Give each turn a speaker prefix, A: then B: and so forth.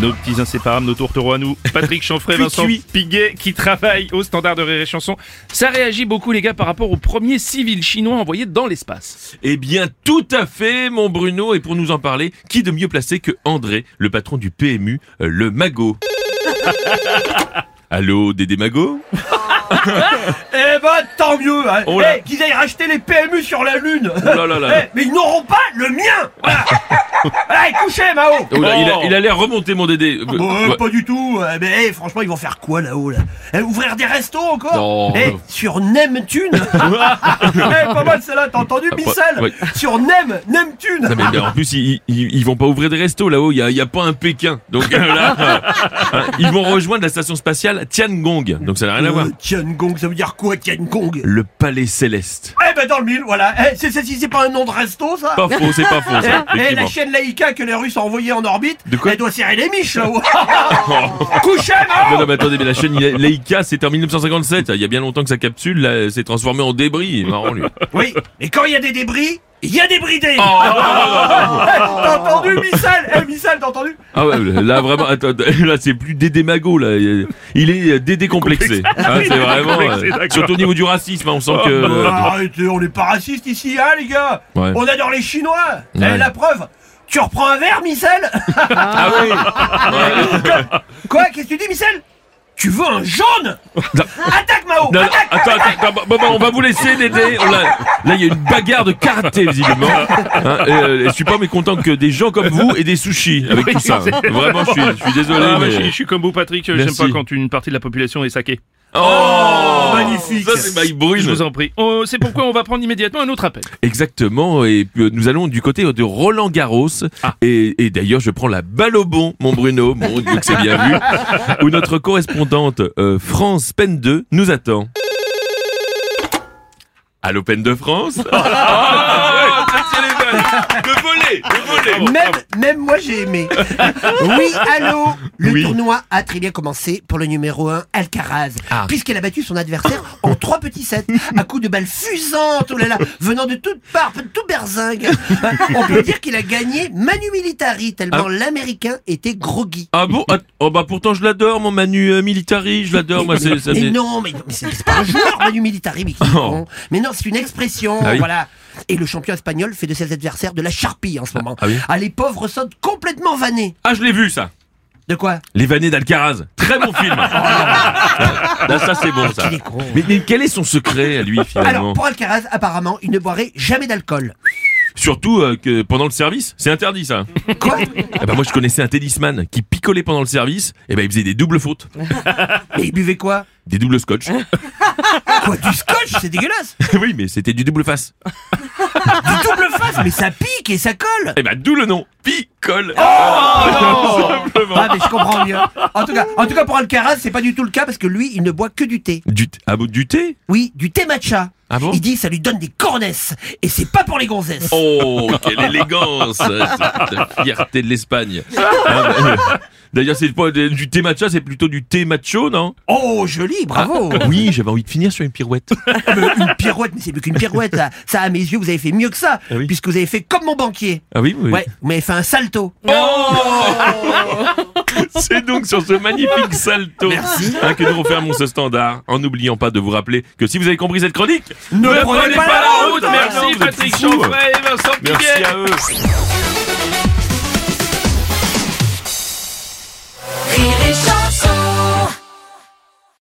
A: Nos petits inséparables, nos tourtereaux à nous, Patrick Chanfray, Vincent Piguet, qui travaille au standard de Rire et Chanson. Ça réagit beaucoup, les gars, par rapport au premier civil chinois envoyé dans l'espace.
B: Eh bien, tout à fait, mon Bruno. Et pour nous en parler, qui de mieux placé que André, le patron du PMU, euh, le Mago Allô, Dédé Mago
C: Eh ben, tant mieux hein.
B: Oh là. Oh
C: Eh, Qu'ils aillent racheter les PMU sur la Lune
B: là là là.
C: Eh, Mais ils n'auront pas le mien Voilà Allez, couchez, Mao
B: Oh là, il, a, il a l'air remonté, mon Dédé. Euh,
C: Bon, euh,
B: ouais.
C: pas du tout Eh, Mais eh, franchement, ils vont faire quoi là-haut là Eh, Ouvrir des restos encore
B: Non.
C: Eh, Sur Neptune Eh, Pas mal celle-là, t'as entendu, Michel
B: ouais.
C: Sur Nem, Neptune
B: Non, mais, mais en plus, ils, ils, ils vont pas ouvrir des restos là-haut. Il y a, il y a pas un Pékin. Donc euh, là, euh, hein, ils vont rejoindre la station spatiale Tiangong. Donc ça n'a rien à voir.
C: Euh, Tiangong, ça veut dire quoi Tiangong
B: Le Palais Céleste.
C: Eh ben dans le mille, voilà. Eh, c'est, c'est, c'est pas un nom de resto, ça
B: Pas faux, c'est pas faux. Ça,
C: Eh, eh, la
B: effectivement.
C: chaîne Laïka que les Russes ont envoyée en orbite,
B: De quoi
C: elle doit serrer les miches là-haut. Couchez, Mao
B: Non, non, mais attendez, mais la chaîne La- Laïka, c'était en 1957. Il y a bien longtemps que sa capsule là, s'est transformée en débris. Il est Marrant, lui.
C: Oui, mais quand il y a des débris, il y a des bridés
D: Oh.
B: Oh.
C: T'as entendu, Missal Eh, Missal, t'as entendu
B: Ah ouais, là, vraiment, attends, là, c'est plus Dédé Mago, là. Il est euh, Dédé complexé. Hein, c'est vraiment. euh,
A: Dédé complexé,
B: surtout au niveau du racisme, hein, on sent que.
D: bah.
C: Ah,
B: euh,
C: Arrêtez, on n'est pas raciste ici, hein, les gars
B: Ouais.
C: On adore les Chinois Eh,
B: Ouais.
C: la preuve Tu reprends un verre, Missal
B: Ah oui
C: Quoi Qu'est-ce que tu dis, Missal Tu veux un jaune Attaque, Mao
B: Non, non,
C: Attaque
B: attends, attends, attends, maman, on va vous laisser, Dédé. On l'a- là, il y a une bagarre de karaté, visiblement. Hein, et, euh, et je suis pas mécontent que des gens comme vous et des sushis avec tout ça. hein. Vraiment, je suis, je suis désolé.
A: Ah,
B: mais-
A: mais je, je suis comme vous, Patrick. euh, J'aime
B: Merci.
A: pas quand une partie de la population est saquée.
B: Oh,
C: magnifique.
B: Ça, c'est Mike
A: Je
B: Brune.
A: vous en prie. Oh, c'est pourquoi on va prendre immédiatement un autre appel.
B: Exactement, et euh, nous allons du côté de Roland Garros. Et, et d'ailleurs, je prends la balle au bon, mon Bruno, mon Dieu que c'est bien vu, où notre correspondante euh, France Pen 2 nous attend. Allô, Pen de France Ah, ouais, ça, c'est les bonnes. Le volet, le volet.
D: Même, même moi j'ai aimé. Oui, allô Le
B: Oui.
D: tournoi a très bien commencé pour le numéro 1, Alcaraz,
B: Ah.
D: puisqu'elle a battu son adversaire en trois petits sets, à coups de balles fusantes, oh là là, venant de toutes parts, de tout berzingue. On peut dire qu'il a gagné Manu Militari, tellement l'Américain était groggy.
B: Ah bon Ah, Oh bah pourtant je l'adore mon Manu euh, Militari, je l'adore moi c'est ça
D: Mais
B: me-
D: non, mais, non, mais c'est c'est pas un joueur, Manu Militari, mais qui est
B: Oh.
D: con. Mais non, c'est une expression,
B: Ah oui.
D: voilà. Et le champion espagnol fait de ses adversaires de la charpie en ce moment.
B: ah oui.
D: les pauvres sont complètement vannés.
B: Ah je l'ai vu ça.
D: De quoi
B: Les Vannées d'Alcaraz, très bon film. Là ça c'est bon ça.
D: Il est con.
B: Mais, mais Ah, quel est son secret à lui finalement
D: Alors, pour Alcaraz, apparemment, il ne boirait jamais d'alcool.
B: Surtout euh, que pendant le service, c'est interdit ça.
D: Quoi
B: Eh ben moi je connaissais un tennisman qui picolait pendant le service, et ben il faisait des doubles fautes,
D: Mais il buvait quoi
B: des doubles scotch.
D: Quoi Du scotch C'est dégueulasse
B: oui mais c'était du double face.
D: Du double face Mais ça pique et ça colle
B: Et ben d'où le nom, picole.
D: Ah, mais je comprends mieux. En tout cas, en tout cas pour Alcaraz, c'est pas du tout le cas parce que lui, il ne boit que du thé.
B: Du, t- ah bon, du thé
D: Oui, du thé matcha.
B: Ah bon
D: il dit ça lui donne des cornesses et c'est pas pour les gonzesses.
B: Oh quelle élégance, la fierté de l'Espagne. Ah, ben, euh, D'ailleurs c'est pas de- du thé matcha, c'est plutôt du thé macho non
D: Oh, joli, bravo.
B: Oui j'avais envie de finir sur une pirouette.
D: Mais une pirouette, mais c'est mieux qu'une pirouette. Ça, ça, à mes yeux, vous avez fait mieux que ça,
B: Ah oui.
D: puisque vous avez fait comme mon banquier.
B: Ah oui, oui.
D: Ouais, vous m'avez fait un salto.
B: C'est donc sur ce magnifique salto hein, que nous refermons ce standard, en n'oubliant pas de vous rappeler que si vous avez compris cette chronique,
D: Ne
B: ne
D: prenez pas la route,
B: Merci
A: Merci, Patrick
B: Chanfray.
A: Chanfray et Vincent Piguet.
B: Merci à eux.